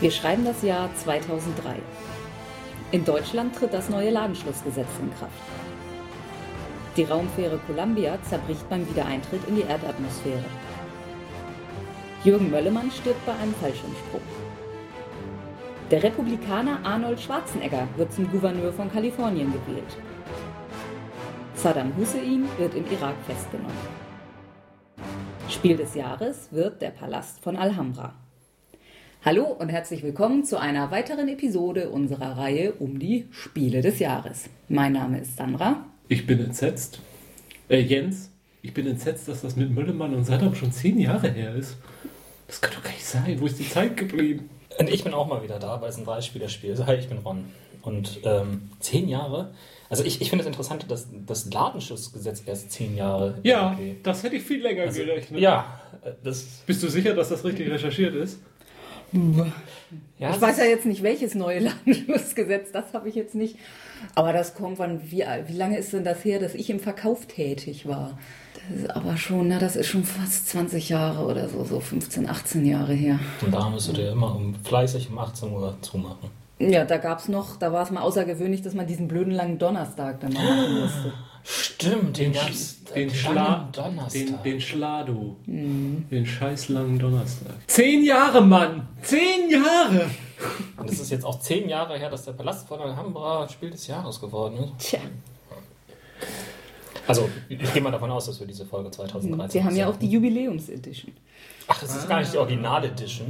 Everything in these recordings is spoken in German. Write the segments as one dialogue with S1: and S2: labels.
S1: Wir schreiben das Jahr 2003. In Deutschland tritt das neue Ladenschlussgesetz in Kraft. Die Raumfähre Columbia zerbricht beim Wiedereintritt in die Erdatmosphäre. Jürgen Möllemann stirbt bei einem Fallschirmsprung. Der Republikaner Arnold Schwarzenegger wird zum Gouverneur von Kalifornien gewählt. Saddam Hussein wird im Irak festgenommen. Spiel des Jahres wird der Palast von Alhambra. Hallo und herzlich willkommen zu einer weiteren Episode unserer Reihe um die Spiele des Jahres. Mein Name ist Sandra.
S2: Ich bin entsetzt. Äh, Jens, ich bin entsetzt, dass das mit Müllemann und Saddam schon zehn Jahre her ist. Das kann doch gar nicht sein. Wo ist die Zeit geblieben?
S3: Und ich bin auch mal wieder da, weil es ein Dreispielerspiel ist. Hi, ich bin Ron. Und ähm, zehn Jahre. Also ich, ich finde es interessant, dass das Ladenschutzgesetz erst zehn Jahre.
S2: Ja,
S3: irgendwie-
S2: das hätte ich viel länger gerechnet.
S3: Also, Ja, äh, das.
S2: Bist du sicher, dass das richtig recherchiert ist?
S3: Ja,
S1: Ich
S3: das-
S1: weiß ja jetzt nicht, welches neue Ladenschlussgesetz, das habe ich jetzt nicht. Aber das kommt, wann, wie, wie lange ist denn das her, dass ich im Verkauf tätig war? Das ist aber schon, na, das ist schon fast 20 Jahre oder so, so 15, 18 Jahre her.
S3: Und da musst du dir immer um, fleißig um 18 Uhr zumachen.
S1: Ja, da gab es noch, da war es mal außergewöhnlich, dass man diesen blöden langen Donnerstag dann mal machen musste.
S3: Stimmt, den gab's
S2: den Schla
S3: langen
S2: Den,
S3: Donnerstag.
S2: den Schlado. Den scheiß langen Donnerstag. Zehn Jahre, Mann! Zehn Jahre!
S3: Und es ist jetzt auch zehn Jahre her, dass der Palast von Alhambra Spiel des Jahres geworden ist.
S1: Tja,
S3: Also, ich gehe mal davon aus, dass wir diese Folge
S1: wir
S3: 2013
S1: haben ja auch die Jubiläumsedition.
S3: Ach, das ist gar nicht die Original-Edition.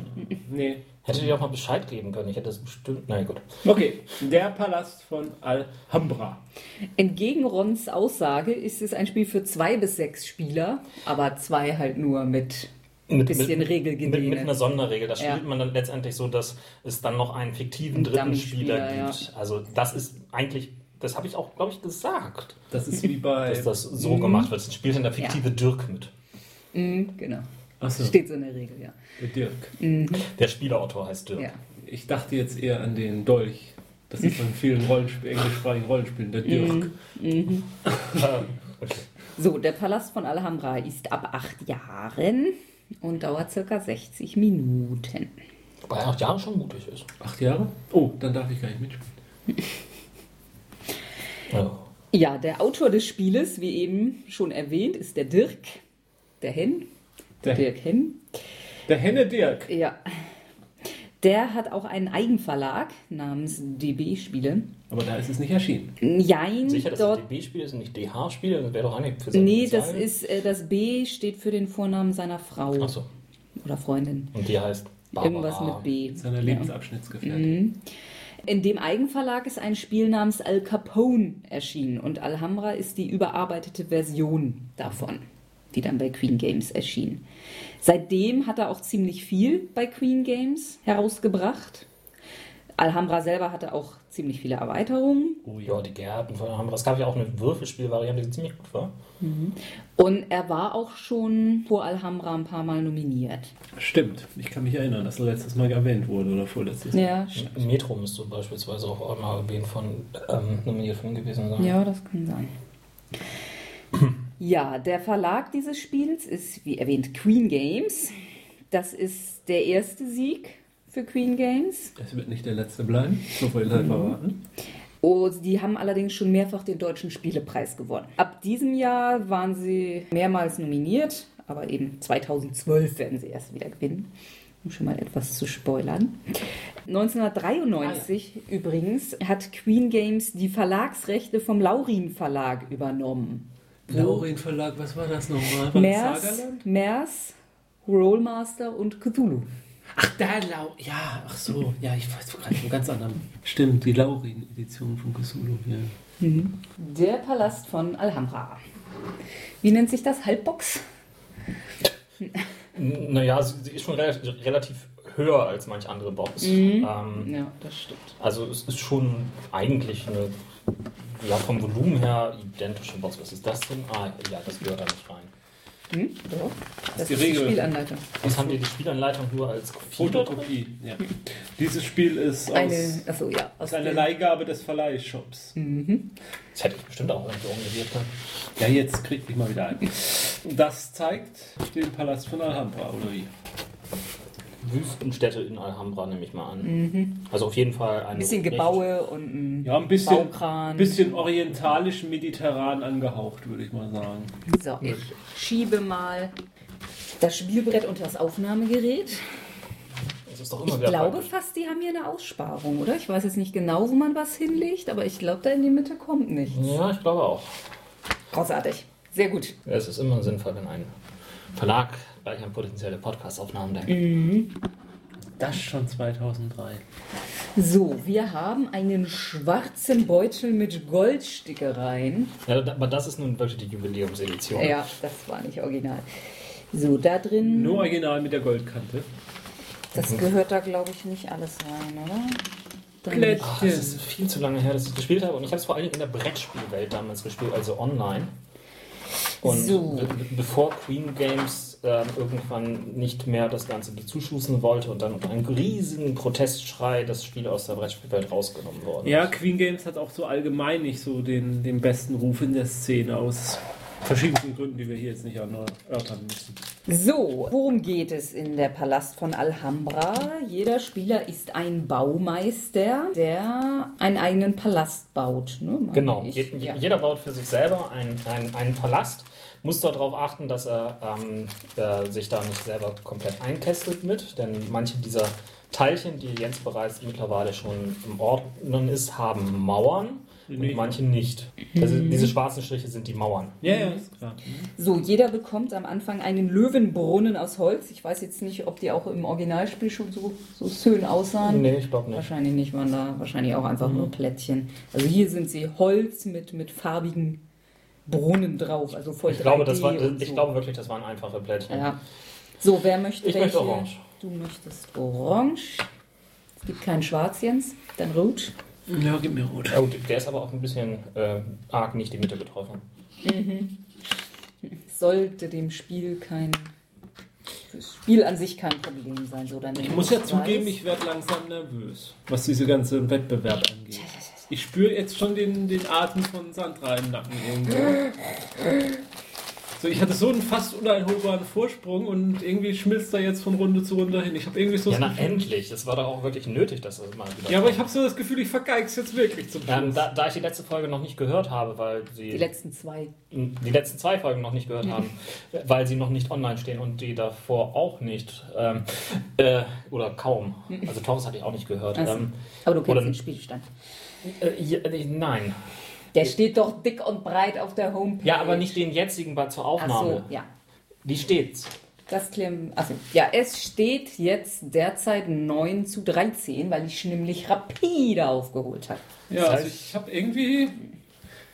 S2: Nee.
S3: Hätte dir auch mal Bescheid geben können. Ich hätte das bestimmt. Na gut.
S2: Okay, der Palast von Alhambra.
S1: Entgegen Rons Aussage ist es ein Spiel für zwei bis sechs Spieler, aber zwei halt nur mit
S3: Mit,
S1: bisschen Regelgedehne.
S3: Mit, mit einer Sonderregel. Das
S1: Ja.
S3: spielt man dann letztendlich so, dass es dann noch einen fiktiven dritten
S1: Dummy-Spieler,
S3: Spieler gibt. Also das ist eigentlich, das habe ich auch, glaube ich, gesagt,
S2: Das ist wie bei.
S3: dass das so gemacht wird. Es spielt dann der fiktive Dirk mit.
S1: Mhm, genau.
S2: Achso,
S1: Steht so in der Regel, ja.
S2: der Dirk.
S3: Der Spielerautor heißt Dirk.
S1: ja.
S2: Ich dachte jetzt eher an den Dolch. Das ist in vielen Rollenspiel- englischsprachigen Rollenspielen der Dirk.
S3: Ähm, okay.
S1: So, der Palast von Alhambra ist ab acht Jahren und dauert circa 60 Minuten.
S3: Wobei er auch Jahre schon mutig ist.
S2: Acht Jahre? Oh, dann darf ich gar nicht mitspielen.
S3: Ja.
S1: Ja, der Autor des Spieles, wie eben schon erwähnt, ist der Dirk, der Hen, der
S2: Der,
S1: Dirk Hen.
S2: der Henne Dirk.
S1: Ja. Der hat auch einen Eigenverlag namens DB Spiele.
S2: Aber da ist es nicht erschienen.
S1: Jein,
S3: Sicher, dass
S1: Hm, dort
S3: das DB-Spiel ist und nicht DH-Spiel, das wäre doch eigentlich für seine
S1: Nee, das
S3: Initialen.
S1: ist äh, das B steht für den Vornamen seiner Frau
S3: Ach so.
S1: oder Freundin.
S3: Und die heißt Barbara.
S1: Irgendwas mit B.
S2: Seiner Lebensabschnittsgefährtin.
S1: In dem Eigenverlag ist ein Spiel namens Al Capone erschienen und Alhambra ist die überarbeitete Version davon, die dann bei Queen Games erschien. Seitdem hat er auch ziemlich viel bei Queen Games herausgebracht. Alhambra selber hatte auch ziemlich viele Erweiterungen
S3: Oh ja, die Gärten von Alhambra. Es gab ja auch eine Würfelspielvariante, die ziemlich gut war.
S1: und er war auch schon vor Alhambra ein paar Mal nominiert.
S2: Stimmt. Ich kann mich erinnern, dass er letztes Mal erwähnt wurde oder vorletztes Mal.
S1: Ja,
S3: Metro müsste beispielsweise auch einmal erwähnt von ähm, nominiert von gewesen sein.
S1: Ja, das kann sein. Ja, der Verlag dieses Spiels ist, wie erwähnt, Queen Games. Das ist der erste Sieg für Queen Games.
S2: Es wird nicht der letzte bleiben. So viel mhm. verraten.
S1: Und Oh, die haben allerdings schon mehrfach den Deutschen Spielepreis gewonnen. Ab diesem Jahr waren sie mehrmals nominiert, aber eben 2012 werden sie erst wieder gewinnen. Um schon mal etwas zu spoilern. 1993 übrigens hat Queen Games die Verlagsrechte vom Laurin Verlag übernommen.
S2: Laurin Verlag, was war das nochmal? War das
S1: Mers,
S2: Sagerland?
S1: Mers, Rollmaster und Cthulhu.
S2: Ach, da Lau. Ja, ach so. Ja, ich weiß gerade von ganz anderen. Stimmt, die Laurin-Edition von Cthulhu. Ja.
S1: Der Palast von Alhambra. Wie nennt sich das? Halbbox?
S3: N- Naja, sie, sie ist schon relativ, relativ höher als manch andere Box.
S1: Mhm.
S2: Mhm.
S3: Ähm,
S1: Ja, das stimmt.
S3: also es ist schon eigentlich eine ja, vom Volumen her identische Box. Was ist das denn? Ah, ja, das gehört da nicht rein.
S1: Hm? Doch. Das
S2: die
S1: ist die
S2: Regel.
S1: Spielanleitung.
S3: Was haben die die Spielanleitung nur als Kopie? da drin?
S2: Fotokopie. Ja. Dieses Spiel ist aus.
S1: Eine, achso, ja. Aus
S2: Das ist eine
S1: dem-
S2: Leihgabe des Verleihshops.
S3: Das hätte ich bestimmt auch irgendwie umgewirkt. Ne?
S2: Ja, jetzt krieg dich mal wieder ein. Das zeigt den Palast von Alhambra, oder wie?
S3: Wüstenstädte in Alhambra, nehme ich mal an. Also auf jeden Fall eine.
S1: Ein Mhm. bisschen
S3: richtig-
S1: Gebaue und ein
S2: Ja, ein bisschen,
S1: Baukran.
S2: bisschen orientalisch mediterran angehaucht, würde ich mal sagen.
S1: So, ich schiebe mal das Spielbrett unter das Aufnahmegerät.
S3: Das ist doch immer
S1: Ich
S3: wieder
S1: glaube
S3: praktisch.
S1: fast, die haben hier eine Aussparung, oder? Ich weiß jetzt nicht genau, wo man was hinlegt, aber ich glaube, da in die Mitte kommt nichts.
S3: Ja, ich glaube auch.
S1: Großartig. Sehr gut.
S3: Ja, Es ist immer sinnvoll, wenn ein Verlag gleich an potenzielle Podcast-Aufnahmen denkt.
S1: Mhm.
S2: Das schon 2003.
S1: So, wir haben einen schwarzen Beutel mit Goldstickereien.
S3: Ja, da- aber das ist nun wirklich die Jubiläumsedition.
S1: Ja, das war nicht original. So, da drin,
S2: Nur original mit der Goldkante.
S1: das gehört da, glaube ich, nicht alles rein, oder? Drin.
S3: Ach, Ah, das ist viel zu lange her, dass ich das gespielt habe. Und ich habe es vor allen Dingen in der Brettspielwelt damals gespielt, also online. Und
S1: So.
S3: be be- bevor Queen Games ähm, irgendwann nicht mehr das Ganze bezuschussen wollte und dann unter einem riesigen Protestschrei das Spiel aus der Brettspielwelt rausgenommen worden.
S2: Ja,
S3: ist.
S2: Queen Games hat auch so allgemein nicht so den, den besten Ruf in der Szene aus verschiedensten Gründen, die wir hier jetzt nicht erörtern müssen.
S1: So, worum geht es in der Palast von Alhambra? Jeder Spieler ist ein Baumeister, der einen eigenen Palast baut. Ne? meine
S3: Genau.
S1: ich.
S3: Je- je-
S1: ja.
S3: Jeder baut für sich selber einen, einen, einen Palast, muss darauf achten, dass er ähm, äh, sich da nicht selber komplett einkästelt mit, denn manche dieser Teilchen, die Jens bereits mittlerweile schon im Ordnen ist, haben Mauern
S2: Nee.
S3: und manche nicht.
S1: Mhm.
S3: Also diese schwarzen Striche sind die Mauern.
S2: Ja, ja, ist klar.
S1: So, jeder bekommt am Anfang einen Löwenbrunnen aus Holz. Ich weiß jetzt nicht, ob die auch im Originalspiel schon so, so schön aussahen.
S3: Nee, Mhm. ich glaube nicht.
S1: Wahrscheinlich nicht, waren da wahrscheinlich auch einfach nur Plättchen. Also hier sind sie Holz mit, mit farbigen Brunnen drauf, also voll
S3: Ich glaube, das
S1: 3D
S3: war,
S1: und
S3: ich
S1: so.
S3: glaube wirklich, das waren einfache Plättchen.
S1: Ja. So, wer möchte
S3: Ich
S1: welche?
S3: möchte orange.
S1: Du möchtest orange. Es gibt keinen Schwarz, Jens. Dann Rot.
S2: Ja, gib mir rot.
S3: Ja, gut, der ist aber auch ein bisschen äh, arg nicht die Mitte getroffen.
S1: Es sollte dem Spiel kein... Das Spiel an sich kein Problem sein. So, dann
S2: Ich
S1: nehmen
S2: muss
S1: wir
S2: ja
S1: weiß.
S2: zugeben, ich werde langsam nervös, was diese ganze Wettbewerb angeht. Ich spüre jetzt schon den, den Atem von Sandra im Nacken irgendwo. So, ich hatte so einen fast uneinholbaren Vorsprung und irgendwie schmilzt er jetzt von Runde zu Runde hin. Ich habe irgendwie so
S3: Ja,
S2: das
S3: na
S2: Gefühl,
S3: endlich. Das war doch auch wirklich nötig, dass das mal wieder
S2: ja, aber ich habe so das Gefühl, ich vergeig's jetzt wirklich zum
S3: Ähm,
S2: Schluss.
S3: da, da ich die letzte Folge noch nicht gehört habe, weil sie
S1: Die Mhm. letzten zwei.
S3: die letzten zwei Folgen noch nicht gehört haben, weil sie noch nicht online stehen und die davor auch nicht ähm, äh, oder kaum. Also Taurus hatte ich auch nicht gehört.
S1: Mhm. Also,
S3: Ähm,
S1: aber du
S3: oder-
S1: kennst den Spielstand.
S3: äh, ja, äh, nein.
S1: Der steht doch dick und breit auf der Homepage.
S3: Ja, aber nicht den jetzigen bei zur
S1: Ach
S3: Aufnahme.
S1: so, ja.
S3: Wie steht's?
S1: Das klären. Also, ja, es steht jetzt derzeit 9 zu 13, weil ich nämlich rapide aufgeholt habe.
S2: ja,
S3: das
S2: also
S3: heißt-
S2: ich habe irgendwie.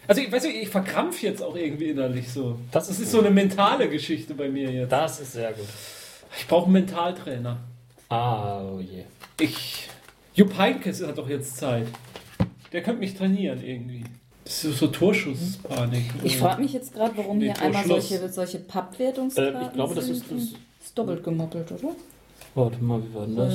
S2: Also ich weiß nicht, ich verkrampf jetzt auch irgendwie innerlich so.
S3: Das
S2: Das
S3: ist
S2: ist so eine mentale Geschichte bei mir jetzt.
S3: Das ist sehr gut.
S2: Ich brauche einen Mentaltrainer.
S3: Ah, oh je.
S2: Ich. Jupp Heynckes hat doch jetzt Zeit. Der könnte mich trainieren irgendwie. Das ist so Torschusspanik. Oh.
S1: Ich frage mich jetzt gerade, warum
S2: Nee,
S1: hier einmal
S2: Torschluss.
S1: solche, solche Pappwertungskarten
S3: Äh, ich glaube, das
S1: sind. Hm,
S3: ist- das-
S1: ist doppelt gemoppelt, oder?
S3: Warte mal, wie war denn
S1: das?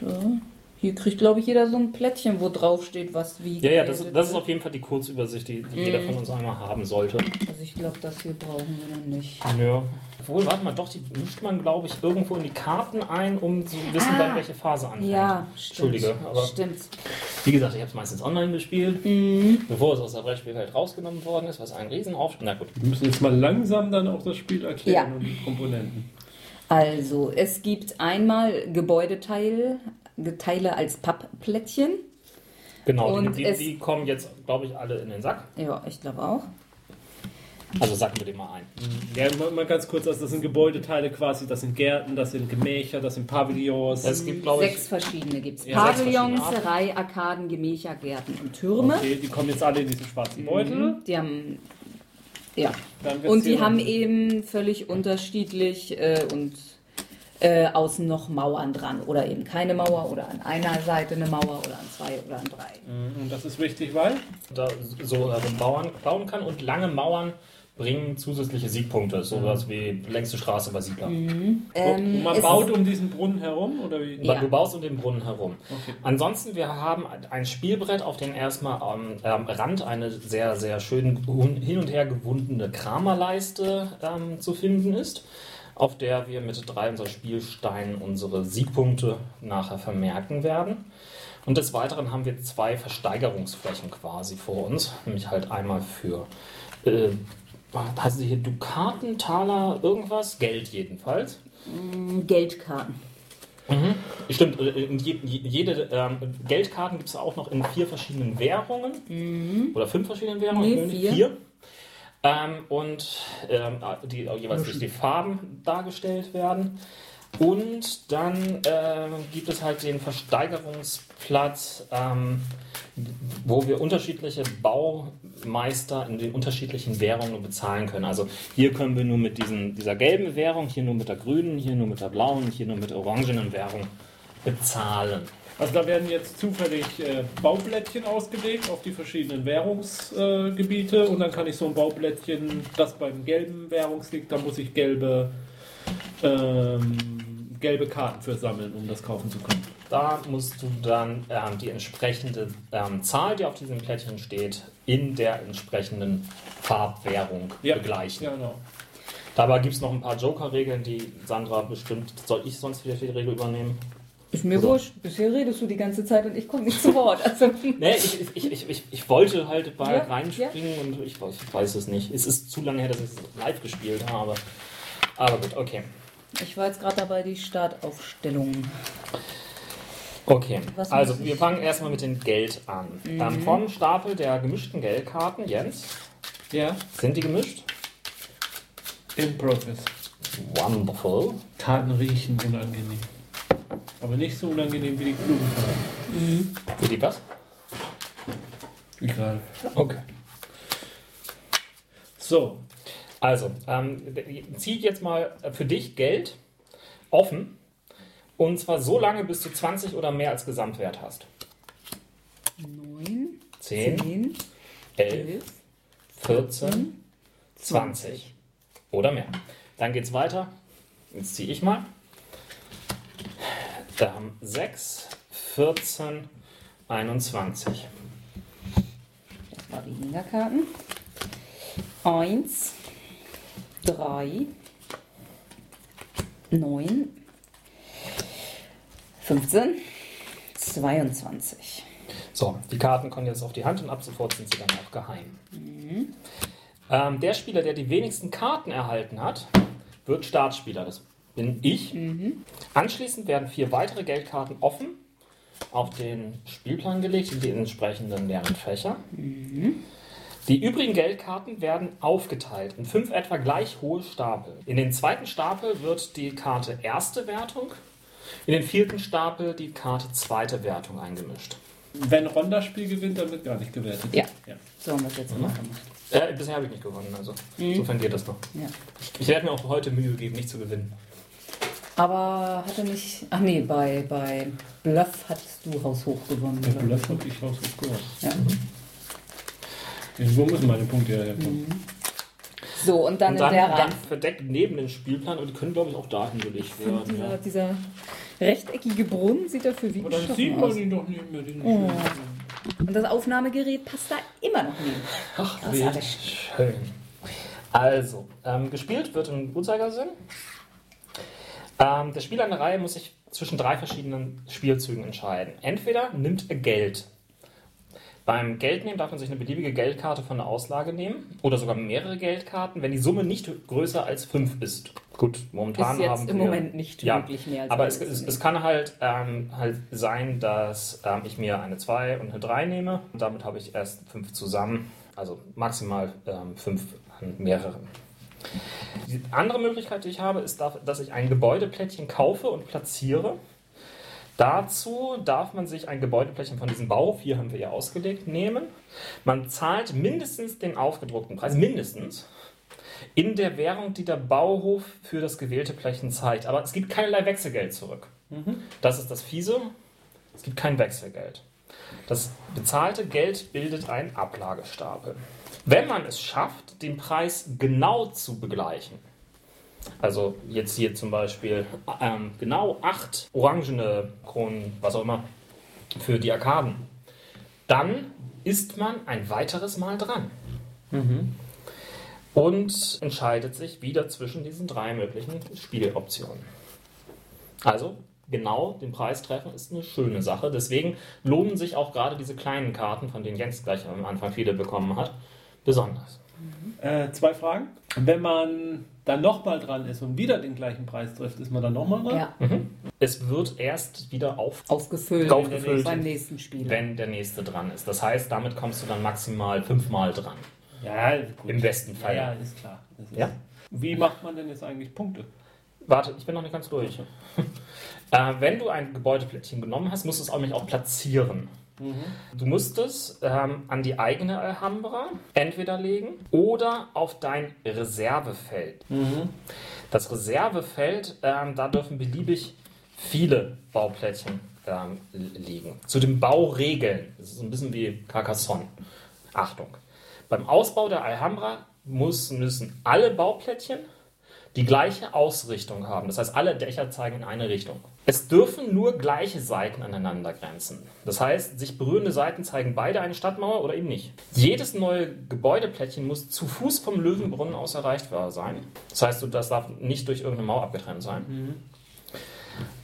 S1: Da. Hier kriegt, glaube ich, jeder so ein Plättchen, wo drauf steht, was wie.
S3: Ja, ja, das,
S1: gewertet
S3: das ist
S1: wird.
S3: auf jeden Fall die Kurzübersicht, die, die
S1: Mhm.
S3: jeder von uns einmal haben sollte.
S1: Also, ich glaube, das hier brauchen wir dann nicht.
S3: Ja. Obwohl, warte mal, doch, die mischt man, glaube ich, irgendwo in die Karten ein, um zu wissen,
S1: Ah.
S3: wann welche Phase anfängt.
S1: Ja, stimmt.
S3: Entschuldige, aber-
S1: Stimmt.
S3: Wie gesagt, ich habe es meistens online gespielt,
S1: Mhm.
S3: bevor es aus der Brettspielwelt rausgenommen worden ist, was ein Riesenaufschlag. Na gut.
S2: Wir müssen jetzt mal langsam dann auch das Spiel erklären
S1: Ja.
S2: und die Komponenten.
S1: Also, es gibt einmal Gebäudeteile Teile als Pappplättchen.
S3: Genau, die,
S1: Und
S3: die,
S1: es-
S3: die kommen jetzt, glaube ich, alle in den Sack.
S1: Ja, ich glaube auch.
S3: Also sacken wir den mal ein.
S2: Ja, mal, mal ganz kurz, also das sind Gebäudeteile quasi, das sind Gärten, das sind Gemächer, das sind Pavillons.
S3: Es gibt, glaube
S1: Sechs
S3: ich,
S1: verschiedene gibt es.
S3: Ja, sechs
S1: Pavillons,
S3: verschiedene
S1: Serei, Arkaden, Gemächer, Gärten und Türme. Mhm.
S2: okay, die kommen jetzt alle in diesen schwarzen Beutel.
S1: Die haben. Ja.
S2: Dann wird's
S1: Und die
S2: hier
S1: haben eh-
S2: noch-
S1: eben völlig unterschiedlich äh, und äh, außen noch Mauern dran. Oder eben keine Mauer oder an einer Seite eine Mauer oder an zwei oder an drei.
S2: Und das ist wichtig, weil.
S3: da so herum bauen, bauen kann und lange Mauern bringen zusätzliche Siegpunkte,
S1: Mhm.
S3: sowas wie längste Straße bei Siedler.
S2: und man
S1: Ähm, es-
S2: baut um diesen Brunnen herum, oder wie?
S1: Ja.
S3: Du baust um den Brunnen herum.
S2: Okay.
S3: Ansonsten, wir haben ein Spielbrett, auf dem erstmal am ähm, Rand eine sehr, sehr schön hun- hin und her gewundene Kramerleiste ähm, zu finden ist. auf der wir mit drei unserer Spielsteinen unsere Siegpunkte nachher vermerken werden. Und des Weiteren haben wir zwei Versteigerungsflächen quasi vor uns, nämlich halt einmal für, äh, was heißen sie hier Dukaten, Taler, irgendwas, Geld jedenfalls.
S1: Geldkarten.
S3: Mhm. Stimmt, äh, in je, je- jede ähm, Geldkarten gibt es auch noch in vier verschiedenen Währungen. Oder fünf verschiedenen Währungen?
S1: Mhm. Nee,
S3: Ich will nicht-
S1: vier.
S3: Ähm, und ähm, die auch jeweils durch die Farben dargestellt werden. Und dann ähm, gibt es halt den Versteigerungsplatz, ähm, wo wir unterschiedliche Baumeister in den unterschiedlichen Währungen bezahlen können. Also hier können wir nur mit diesen, dieser gelben Währung, hier nur mit der grünen, hier nur mit der blauen, hier nur mit der orangenen Währung bezahlen.
S2: Also da werden jetzt zufällig äh, Baublättchen ausgelegt auf die verschiedenen Währungsgebiete äh, Gebiete. und dann kann ich so ein Baublättchen, das beim gelben Währungs liegt, da muss ich gelbe, ähm, gelbe Karten für sammeln, um das kaufen zu können.
S3: Da musst du dann ähm, die entsprechende ähm, Zahl, die auf diesem Plättchen steht, in der entsprechenden Farbwährung begleichen.
S2: Ja, genau.
S3: Dabei gibt es noch ein paar Joker-Regeln, die Sandra bestimmt. Soll ich sonst wieder für die Regel übernehmen?
S1: Ist mir
S3: So.
S1: wurscht. Bisher redest du die ganze Zeit und ich komme nicht zu Wort. Also,
S3: Nee, ich, ich, ich, ich, ich wollte halt bei
S1: Ja,
S3: reinspringen und ich, weiß- ich weiß es nicht. Es ist zu lange her, dass ich es live gespielt habe. Aber gut, okay.
S1: ich war jetzt gerade dabei, die Startaufstellung.
S3: Okay,
S1: Was muss
S3: also
S1: ich- Mhm.
S3: wir fangen erstmal mit dem Geld an. Ähm, vom Stapel der gemischten Geldkarten, Jens,
S2: Ja,
S3: sind die gemischt?
S2: in progress.
S3: Wonderful.
S2: Karten riechen unangenehm. Aber nicht so unangenehm wie die Blumenkarten.
S3: Für die was?
S2: Egal.
S3: Okay.
S2: So,
S3: Also, ähm, zieh jetzt mal für dich Geld offen. Und zwar so lange, bis du 20 oder mehr als Gesamtwert hast.
S1: 9,
S3: 10,
S1: 10,
S3: 11,
S1: 11,
S3: 14, 20 oder mehr. Dann geht's weiter. Jetzt ziehe ich mal. Ähm, 6, 14, 21.
S1: Das war die Hinterkarten. 1, 3, 9, 15, 22.
S3: So, die Karten kommen jetzt auf die Hand und ab sofort sind sie dann auch geheim. Ähm, der Spieler, der die wenigsten Karten erhalten hat, wird Startspieler. Das bin ich. Anschließend werden vier weitere Geldkarten offen auf den Spielplan gelegt in die entsprechenden leeren Fächer. Die übrigen Geldkarten werden aufgeteilt in fünf etwa gleich hohe Stapel. In den zweiten Stapel wird die Karte erste Wertung, in den vierten Stapel die Karte zweite Wertung eingemischt.
S2: wenn Ron das Spiel gewinnt, dann wird gar nicht gewertet.
S1: Ja.
S2: ja.
S1: So haben wir es jetzt immer gemacht.
S3: Äh, bisher habe ich nicht gewonnen, also
S1: Mhm.
S3: insofern geht das noch.
S1: Ja.
S3: Ich werde mir auch heute Mühe geben, nicht zu gewinnen.
S1: Aber hatte nicht. Ach nee, bei, bei Bluff hattest du haushoch gewonnen.
S2: Der
S1: Oder?
S2: Bluff habe ich rausgekommen.
S1: Ja.
S2: Wo müssen meine Punkte herkommen?
S1: So, und dann,
S3: und dann,
S1: in der
S3: dann
S1: Reihe.
S3: verdeckt neben den Spielplan und die können, glaube ich, auch dahin gelegt werden.
S1: Dieser,
S3: Ja.
S1: dieser rechteckige Brunnen sieht dafür wie
S2: Aber dann
S1: gestochen
S2: sieht
S1: aus.
S2: man ihn doch nicht mehr. Den
S1: Oh.
S2: Schönen.
S1: Und das Aufnahmegerät passt da immer noch neben.
S3: Ach,
S1: Das
S3: wie
S1: hatte ich.
S3: schön. Also, ähm, gespielt wird im Uhrzeigersinn. Ähm, der Spieler in der Reihe muss sich zwischen drei verschiedenen Spielzügen entscheiden. Entweder nimmt er Geld. Beim Geldnehmen darf man sich eine beliebige Geldkarte von der Auslage nehmen oder sogar mehrere Geldkarten, wenn die Summe nicht größer als 5 ist. Gut, momentan
S1: Ist jetzt
S3: haben
S1: im
S3: wir,
S1: Moment nicht wirklich mehr als
S3: Aber es,
S1: fünf.
S3: es, es kann halt, ähm, halt sein, dass ähm, ich mir eine 2 und eine 3 nehme. Und damit habe ich erst 5 zusammen, also maximal 5 an mehreren. Die andere Möglichkeit, die ich habe, ist, darf- dass ich ein Gebäudeplättchen kaufe und platziere. Dazu darf man sich ein Gebäudeplättchen von diesem Bau, hier haben wir ja ausgelegt, nehmen. Man zahlt mindestens den aufgedruckten Preis, mindestens, in der Währung, die der Bauhof für das gewählte Plättchen zeigt. Aber es gibt keinerlei Wechselgeld zurück. Das ist das Fiese. Es gibt kein Wechselgeld. Das bezahlte Geld bildet einen Ablagestapel. Wenn man es schafft, den Preis genau zu begleichen, also jetzt hier zum Beispiel ähm, genau acht orangene Kronen, was auch immer, für die Arkaden, dann ist man ein weiteres Mal dran. und entscheidet sich wieder zwischen diesen drei möglichen Spieloptionen. Also genau den Preis treffen ist eine schöne Sache. Deswegen lohnen sich auch gerade diese kleinen Karten, von denen Jens gleich am Anfang viele bekommen hat, besonders.
S2: Äh, zwei Fragen. Wenn man dann nochmal dran ist und wieder den gleichen Preis trifft, ist man dann nochmal dran?
S1: Ja,
S3: Es wird erst wieder auf,
S1: aufgefüllt,
S3: Aufgefüllt.
S1: beim nächsten Spiel.
S3: wenn der nächste dran ist. Das heißt, damit kommst du dann maximal fünfmal dran.
S2: Ja, gut.
S3: Im besten Fall.
S2: Ja, ja, ist klar. Das ist
S3: Ja.
S2: Wie macht man denn jetzt eigentlich Punkte?
S3: Warte, ich bin noch nicht ganz durch. äh, wenn du ein Gebäudeplättchen genommen hast, musst du es auch nämlich auch platzieren. Du musst es ähm, an die eigene Alhambra entweder legen oder auf dein Reservefeld. Das Reservefeld, ähm, da dürfen beliebig viele Bauplättchen ähm, li- liegen. Zu den Bauregeln. Das ist so ein bisschen wie Carcassonne. Achtung. Beim Ausbau der Alhambra muss, müssen alle Bauplättchen die gleiche Ausrichtung haben. Das heißt, alle Dächer zeigen in eine Richtung. Es dürfen nur gleiche Seiten aneinander grenzen. Das heißt, sich berührende Seiten zeigen beide eine Stadtmauer oder eben nicht. Jedes neue Gebäudeplättchen muss zu Fuß vom Löwenbrunnen aus erreicht sein. Das heißt, du- das darf nicht durch irgendeine Mauer abgetrennt sein.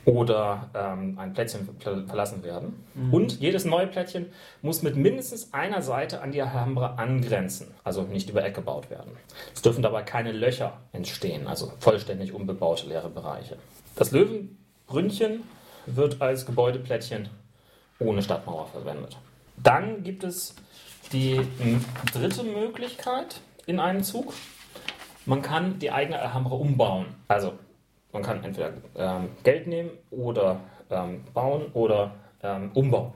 S3: Oder ähm, ein Plättchen pl- verlassen werden. Und jedes neue Plättchen muss mit mindestens einer Seite an die Alhambra angrenzen, also nicht über Eck gebaut werden. Es dürfen dabei keine Löcher entstehen, also vollständig unbebaute leere Bereiche. Das Löwenbrünnchen wird als Gebäudeplättchen ohne Stadtmauer verwendet. Dann gibt es die m, dritte Möglichkeit in einem Zug. Man kann die eigene Alhambra umbauen. Also man kann entweder ähm, Geld nehmen oder ähm, bauen oder ähm, umbauen.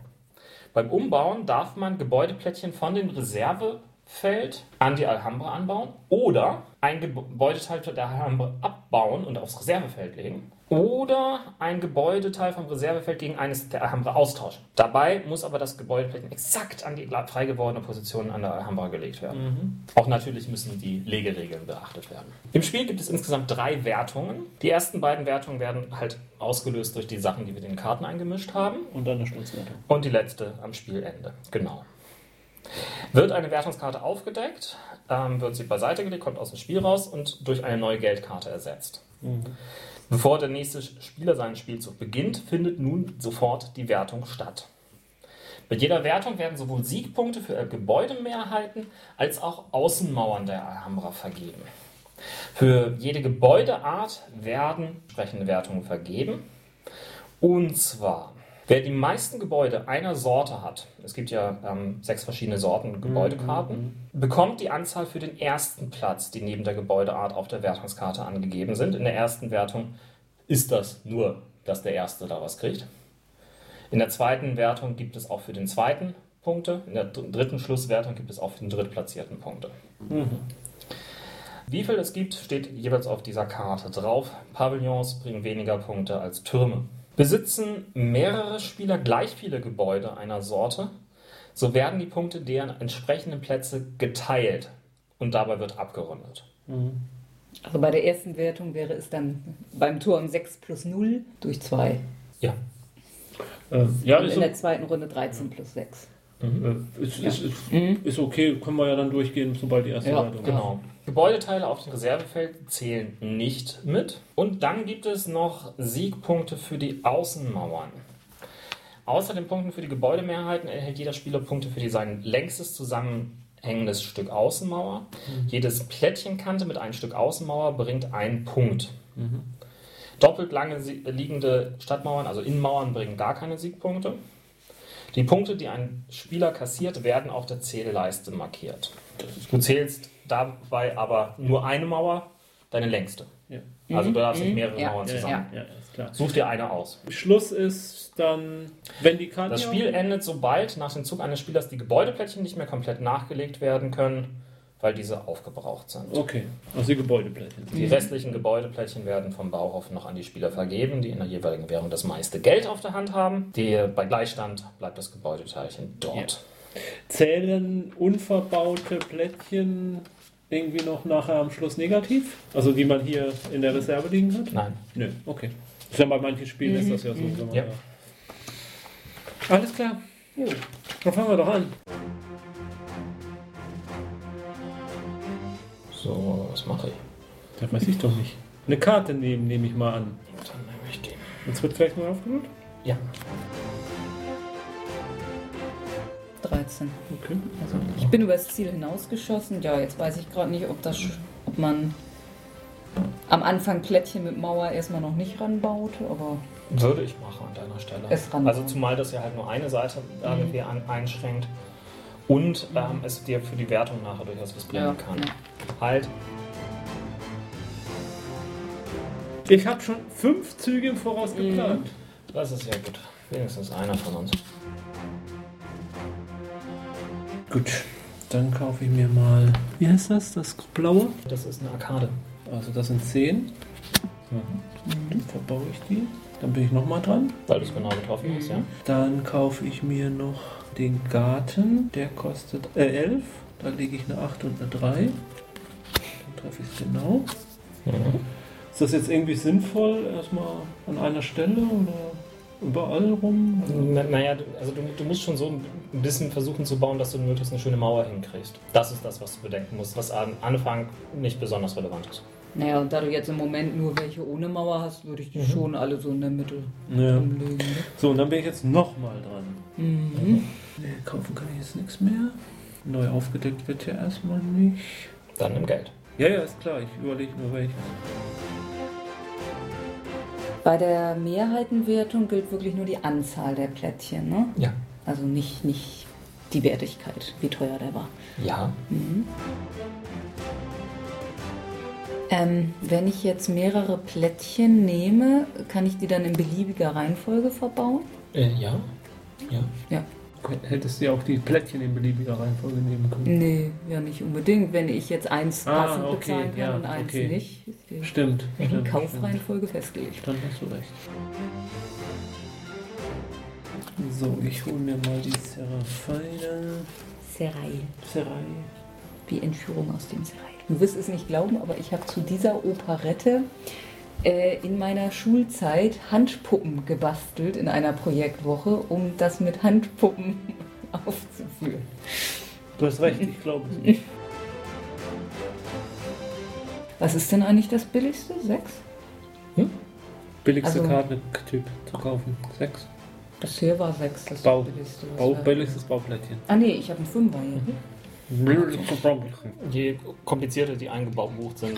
S3: Beim Umbauen darf man Gebäudeplättchen von dem Reservefeld an die Alhambra anbauen oder ein Gebäudeteil der Alhambra abbauen und aufs Reservefeld legen oder ein Gebäudeteil vom Reservefeld gegen eines der Alhambra austauschen. Dabei muss aber das Gebäudeplättchen exakt an die frei gewordene Position an der Alhambra gelegt werden. Auch natürlich müssen die Legeregeln beachtet werden. Im Spiel gibt es insgesamt drei Wertungen. Die ersten beiden Wertungen werden halt ausgelöst durch die Sachen, die wir den Karten eingemischt haben.
S2: Und dann eine Stutzwertung.
S3: Und die letzte am Spielende. Genau. Wird eine Wertungskarte aufgedeckt, ähm, wird sie beiseite gelegt, kommt aus dem Spiel raus und durch eine neue Geldkarte ersetzt. Bevor der nächste Spieler seinen Spielzug beginnt, findet nun sofort die Wertung statt. Mit jeder Wertung werden sowohl Siegpunkte für äh, Gebäudemehrheiten als auch Außenmauern der Alhambra vergeben. Für jede Gebäudeart werden entsprechende Wertungen vergeben. Und zwar, wer die meisten Gebäude einer Sorte hat, es gibt ja ähm, sechs verschiedene Sorten Gebäudekarten, bekommt die Anzahl für den ersten Platz, die neben der Gebäudeart auf der Wertungskarte angegeben sind. In der ersten Wertung ist das nur, dass der Erste da was kriegt. In der zweiten Wertung gibt es auch für den zweiten Punkte. In der dr- dritten Schlusswertung gibt es auch für den drittplatzierten Punkte. Wie viel es gibt, steht jeweils auf dieser Karte drauf. Pavillons bringen weniger Punkte als Türme. Besitzen mehrere Spieler gleich viele Gebäude einer Sorte, so werden die Punkte deren entsprechenden Plätze geteilt und dabei wird abgerundet.
S1: Also bei der ersten Wertung wäre es dann beim Turm 6 plus 0 durch 2.
S3: Ja.
S2: Äh, ja,
S1: Und
S2: ist,
S1: in
S3: Also-
S2: so,
S1: der zweiten Runde 13 plus 6.
S2: äh, ist, ist, ist, ist okay, können wir ja dann durchgehen, sobald die erste
S1: Mhm. Ja,
S2: Wertung ist.
S3: Genau. Gebäudeteile auf dem Reservefeld zählen nicht mit. Und dann gibt es noch Siegpunkte für die Außenmauern. Außer den Punkten für die Gebäudemehrheiten erhält jeder Spieler Punkte für die sein längstes zusammenhängendes Stück Außenmauer. Jedes Plättchenkante mit einem Stück Außenmauer bringt einen Punkt. Doppelt lange sie- liegende Stadtmauern, also Innenmauern, bringen gar keine Siegpunkte. Die Punkte, die ein Spieler kassiert, werden auf der Zählleiste markiert. Du zählst dabei aber nur eine Mauer, deine längste.
S2: Ja.
S3: Also du darfst nicht mehrere
S1: Ja.
S3: Mauern
S2: Mhm, Ja,
S3: zusammen.
S2: ja, ja, ist klar.
S3: Such dir eine aus.
S2: Schluss ist dann, wenn die Karte.
S3: Das Spiel endet, sobald nach dem Zug eines Spielers die Gebäudeplättchen nicht mehr komplett nachgelegt werden können, weil diese aufgebraucht sind.
S2: Okay, also die Gebäudeplättchen.
S3: Die restlichen Gebäudeplättchen werden vom Bauhof noch an die Spieler vergeben, die in der jeweiligen Währung das meiste Geld auf der Hand haben. Die, bei Gleichstand bleibt das Gebäudeteilchen dort.
S2: Zählen unverbaute Plättchen irgendwie noch nachher am Schluss negativ? Also die man hier in der Reserve liegen hat?
S3: Nein.
S2: Nö, okay. Ist ja bei manchen Spielen ist das ja so. wenn man
S3: Ja.
S2: da- Alles klar. Dann fangen wir doch an.
S3: So, was mache ich?
S2: Das weiß ich doch nicht. Eine Karte nehmen, nehme ich mal an.
S3: Dann nehme ich die.
S2: Jetzt wird vielleicht mal aufgeholt.
S3: Ja,
S1: 13.
S2: Okay.
S1: Also ich bin übers Ziel hinausgeschossen. Ja, jetzt weiß ich gerade nicht, ob das sch- ob man am Anfang Plättchen mit Mauer erstmal noch nicht ranbaut, aber
S3: würde ich machen an deiner Stelle.
S1: Es Mhm. ran-
S3: also zumal das ja halt nur eine Seite irgendwie an, einschränkt und ähm, es dir für die Wertung nachher durchaus was bringen
S1: ja.
S3: kann.
S1: ja.
S3: Halt,
S2: Ich habe schon fünf Züge im Voraus geplant.
S3: das ist ja gut. Wenigstens einer von uns.
S2: Gut, dann kaufe ich mir mal. Wie heißt das? Das blaue?
S3: Das ist eine Arkade.
S2: Also das sind zehn.
S3: Mhm.
S2: Dann verbaue ich die. Dann bin ich nochmal dran.
S3: Weil du es genau getroffen hast, ja?
S2: Dann kaufe ich mir noch den Garten. Der kostet äh, 11. Da lege ich eine 8 und eine 3. Dann treffe ich es genau. Ist das jetzt irgendwie sinnvoll? Erstmal an einer Stelle oder überall rum?
S1: Mhm.
S3: Na, naja, du- also du, du musst schon so ein bisschen versuchen zu bauen, dass du möglichst eine schöne Mauer hinkriegst. Das ist das, was du bedenken musst, was am Anfang nicht besonders relevant ist.
S1: Naja, und da du jetzt im Moment nur welche ohne Mauer hast, würde ich
S3: Mhm.
S1: die schon alle so in der Mitte
S2: Ja.
S1: umlegen. ne?
S2: So, und dann bin ich jetzt nochmal dran.
S1: Mhm.
S2: Nee, kaufen kann ich jetzt nichts mehr. Neu aufgedeckt wird ja erstmal nicht.
S3: Dann nimm Geld.
S2: Ja, ja, ist klar. Ich überlege nur welches.
S1: Bei der Mehrheitenwertung gilt wirklich nur die Anzahl der Plättchen, ne?
S3: Ja.
S1: Also nicht, nicht die Wertigkeit, wie teuer der war.
S3: Ja.
S1: Ähm, wenn ich jetzt mehrere Plättchen nehme, kann ich die dann in beliebiger Reihenfolge verbauen?
S3: Äh, ja. Ja.
S1: Ja.
S2: Hättest du ja auch die Plättchen in beliebiger Reihenfolge nehmen können.
S1: Nee, ja nicht unbedingt. Wenn ich jetzt eins
S2: Ah,
S1: passend
S2: okay,
S1: bezahlen kann
S2: ja,
S1: und eins
S2: okay.
S1: nicht, ist die
S2: Stimmt. stimmt, stimmt.
S1: Kaufreihenfolge festgelegt.
S2: Dann hast du recht. So, ich hole mir mal die Serafeine.
S1: Serai.
S2: Serai.
S1: Wie Entführung aus dem Serai. Du wirst es nicht glauben, aber ich habe zu dieser Operette äh, in meiner Schulzeit Handpuppen gebastelt in einer Projektwoche, um das mit Handpuppen aufzuführen.
S2: Du hast recht, ich glaube es nicht.
S1: Was ist denn eigentlich das billigste? Sechs?
S2: Billigste
S1: Also-
S2: Kartentyp zu kaufen. Sechs.
S1: Bisher war sechs das
S2: Bau.
S1: billigste. was
S2: Bau, Mhm.
S1: wir-
S2: billigstes Bauplättchen.
S1: Ah nee, ich habe einen Fünfer hier.
S2: Billigstes Bauplättchen.
S3: Je komplizierter die eingebucht sind.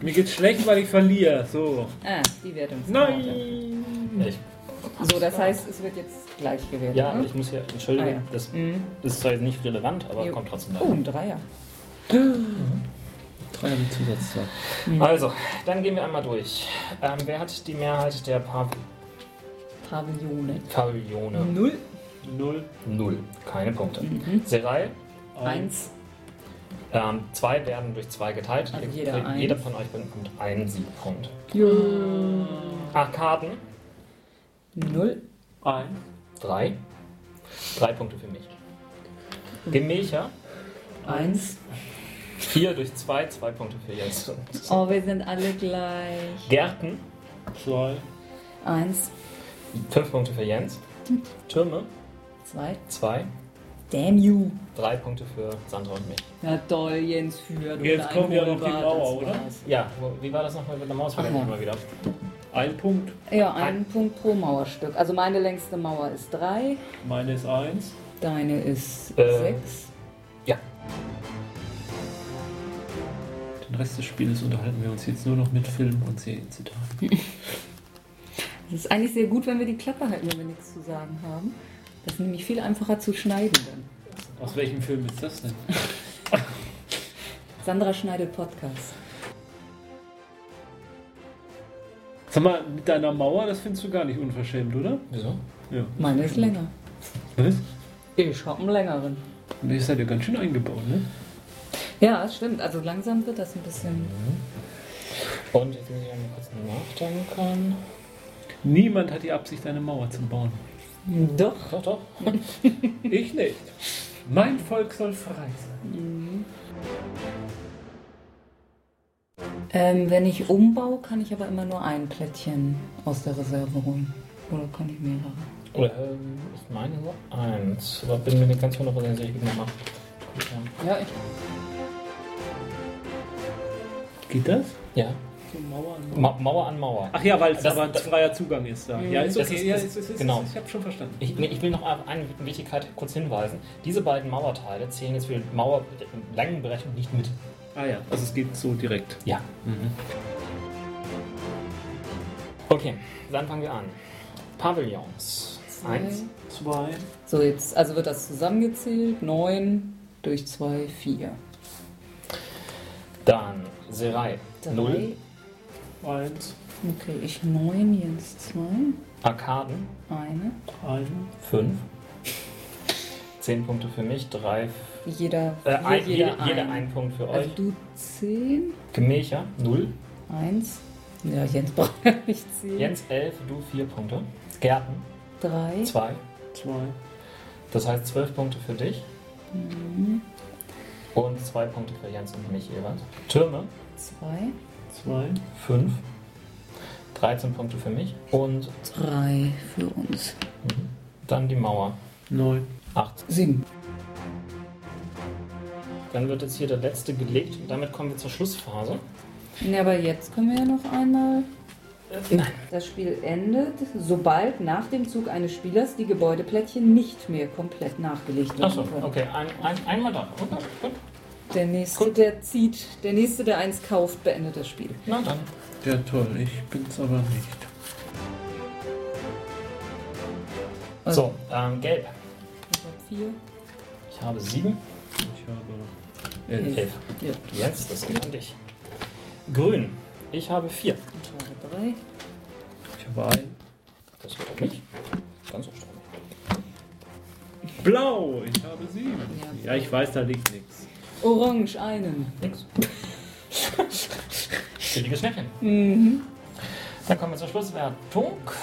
S2: Mir geht's schlecht, weil ich verliere. So.
S1: Ah, die Wertungsrate. Ähm.
S2: Nein!
S3: Ich,
S1: So, das heißt, es wird jetzt gleich gewertet.
S3: ja,
S1: ne?
S3: ich muss hier, Entschuldigung,
S1: Ah, ja.
S3: das
S1: Mhm.
S3: ist zwar jetzt nicht relevant, aber
S1: Jo.
S3: kommt trotzdem
S1: Oh,
S3: dahin.
S1: ein Dreier.
S2: Drei haben Zusatzzeit.
S1: Oh.
S3: Also, dann gehen wir einmal durch. Ähm, wer hat die Mehrheit der Pav
S1: Pavillone.
S3: Pavillone?
S1: Null.
S2: Null.
S3: Null. Keine Punkte.
S1: Mhm.
S3: Serai,
S1: Eins.
S3: ähm, zwei werden durch zwei geteilt.
S1: Also
S3: Ihr
S1: jeder
S3: kriegt-
S1: eins.
S3: jeder von euch bekommt einen Siegpunkt. Arkaden,
S1: Null.
S2: Ein.
S3: drei. Drei Punkte für mich.
S1: Mhm.
S3: Gemächer,
S1: Eins.
S3: vier durch zwei, zwei Punkte für Jens.
S1: Oh, wir sind alle gleich.
S3: Gärten,
S2: Zwei.
S1: Eins.
S3: fünf Punkte für Jens.
S1: Hm.
S3: Türme,
S1: Zwei.
S3: zwei.
S1: Damn you.
S3: Drei Punkte für Sandra und mich.
S1: Na toll, Jens führt.
S2: Jetzt
S1: Und
S2: kommt ja noch die
S1: Einhornbart,
S2: Mauer,
S1: das
S2: oder?
S1: war's.
S3: Ja, wo- wie war das nochmal mit der Maus? Vergesse ich
S1: Ach ja.
S3: immer wieder.
S2: Ein Punkt.
S1: Ja, ein Punkt pro Mauerstück. Also meine längste Mauer ist drei,
S2: Meine ist eins.
S1: deine ist
S3: Äh.
S1: sechs.
S3: Ja.
S2: Den Rest des Spieles unterhalten wir uns jetzt nur noch mit Filmen und Serienzitaten.
S1: Es ist eigentlich sehr gut, wenn wir die Klappe halten, wenn wir nichts zu sagen haben. Das ist nämlich viel einfacher zu schneiden dann.
S2: Aus welchem Film ist das denn?
S1: Sandra schneidet Podcast.
S2: Sag mal, mit deiner Mauer, das findest du gar nicht unverschämt, oder?
S3: Wieso?
S2: Ja.
S1: Meine ist länger.
S2: Was?
S1: Ich hab einen längeren.
S2: Und ihr seid ja ganz schön eingebaut, ne?
S1: Ja, das stimmt. Also langsam wird das ein bisschen.
S3: Und jetzt muss ich einmal kurz nachdenken.
S2: Niemand hat die Absicht, eine Mauer zu bauen.
S1: Doch.
S3: Doch, doch.
S2: Ich nicht. Mein Volk soll frei sein.
S1: Ähm, wenn ich umbau, kann ich aber immer nur ein Plättchen aus der Reserve holen. Oder kann ich mehrere?
S3: Oder ähm, ich meine nur eins. Aber bin mir nicht ganz hundertprozentig sicher, ich gebe nochmal Ja.
S1: Ja, ich.
S2: Geht das?
S3: ja.
S2: So Mauer an Mauer.
S3: Ma Mauer an Mauer.
S2: Ach ja, weil es
S3: Das-
S2: aber ein freier Zugang ist da. Ja, ist
S3: Das
S2: okay.
S3: ist-
S2: ja,
S3: das-
S2: ist, ist, ist,
S3: genau.
S2: Ich habe schon verstanden.
S3: Ich, nee, ich will noch auf eine Wichtigkeit kurz hinweisen. Diese beiden Mauerteile zählen jetzt für die Mauerlängenberechnung nicht mit.
S2: Ah ja, also es geht so direkt.
S3: Ja. Mhm. Okay, dann fangen wir an. Pavillons. Eins.
S2: Zwei.
S1: So, jetzt, also wird das zusammengezählt. 9 durch 2, 4.
S3: Dann Serai.
S1: Drei.
S3: Null.
S2: Eins.
S1: Okay, ich 9, jetzt 2.
S3: Arkaden.
S1: Eine.
S2: Ein.
S3: Fünf. Zehn Punkte für mich. Drei.
S1: Jeder,
S3: Äh,
S1: vier,
S3: ein, jeder,
S1: ein.
S3: jeder ein Punkt für euch.
S1: Also du 10,
S3: Gemächer. Null.
S1: 1. Ja, Jens braucht ja nicht 10.
S3: Jens elf. Du vier Punkte. Gärten.
S1: 3.
S3: Zwei.
S2: Zwei.
S3: Das heißt zwölf Punkte für dich.
S1: Mhm.
S3: Und zwei Punkte für Jens und mich jeweils. Türme.
S1: 2.
S2: Zwei.
S3: 5. 13 Punkte für mich. Und mhm,
S1: 3 für uns.
S3: dann die Mauer.
S2: Neun.
S3: 8.
S1: 7.
S3: Dann wird jetzt hier der letzte gelegt und damit kommen wir zur Schlussphase.
S1: Ne, aber jetzt können wir ja noch einmal.
S3: Nein.
S1: Das Spiel endet, sobald nach dem Zug eines Spielers die Gebäudeplättchen nicht mehr komplett nachgelegt werden.
S3: Achso,
S1: können.
S3: okay. Ein, ein, einmal da. Okay, gut.
S1: Der nächste, der zieht, der nächste, der eins kauft, beendet das Spiel.
S3: Na dann.
S2: Ja, toll. Ich bin's aber nicht.
S3: So, ähm, gelb.
S1: Ich hab vier.
S3: Ich habe 7.
S2: Ich habe. äh,
S1: Elf.
S3: 11.
S1: Ja.
S3: Jens, das geht an dich. Grün. Ich habe 4.
S1: Ich habe drei.
S2: Ich habe ein.
S3: Das geht auf mich. Ganz erstaunlich.
S2: Blau. Ich habe sieben.
S1: Ja.
S2: Ja, ich weiß, da liegt nichts.
S1: Orange einen.
S3: Nix. Billiges Schnäppchen.
S1: Mhm.
S3: Dann kommen wir zur Schlusswertung. Fuck.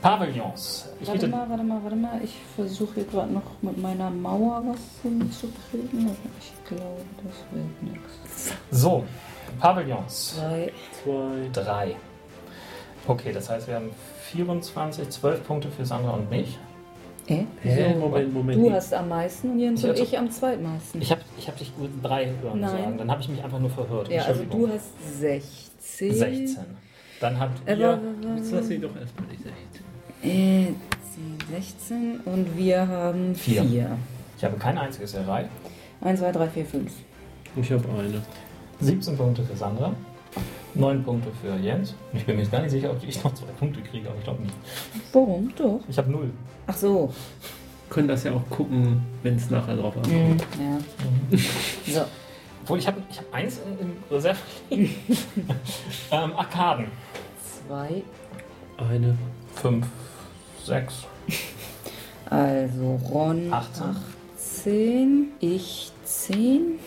S3: Pavillons. Ich
S1: Warte
S3: bitte
S1: mal, warte mal, warte mal. Ich versuche hier gerade noch mit meiner Mauer was hinzukriegen, aber ich glaube, das wird nichts.
S3: So, Pavillons.
S1: Zwei.
S2: Zwei.
S3: Drei. Okay, das heißt, wir haben 24, 12 Punkte für Sandra und mich.
S1: Äh?
S2: Hä?
S1: So.
S2: Moment, Moment.
S1: Du hast am meisten und Jens
S3: Ich
S1: und
S3: hatte-
S1: ich am zweitmeisten.
S3: Ich habe ich hab dich gut drei hören
S1: Nein.
S3: sagen. Dann habe ich mich einfach nur verhört.
S1: ja, also du
S3: Entschuldigung.
S1: hast 16.
S3: 16. Dann habt
S1: Äh,
S3: ihr.
S1: wa- wa- wa-
S2: Jetzt lass sie doch erstmal nicht echt.
S1: Äh, 10, 16 und wir haben
S3: Vier.
S1: 4.
S3: Ich habe kein einziges erreicht.
S1: 1, 2, 3, 4, 5.
S2: Ich habe eine.
S3: 17 Punkte für Sandra. 9 Punkte für Jens. Und Ich bin mir jetzt gar nicht sicher, ob ich noch zwei Punkte kriege, aber ich glaube nicht.
S1: Warum? Doch.
S3: Ich habe null.
S1: Ach so.
S2: Können das ja auch gucken, wenn es nachher drauf ankommt.
S1: Mhm. Ja. So.
S3: Obwohl, ich habe ich hab eins in, in Reserve. ähm, Arkaden.
S1: 2.
S2: Eine.
S3: 5, 6,
S1: Also Ron
S3: 18.
S1: 18. Ich 10.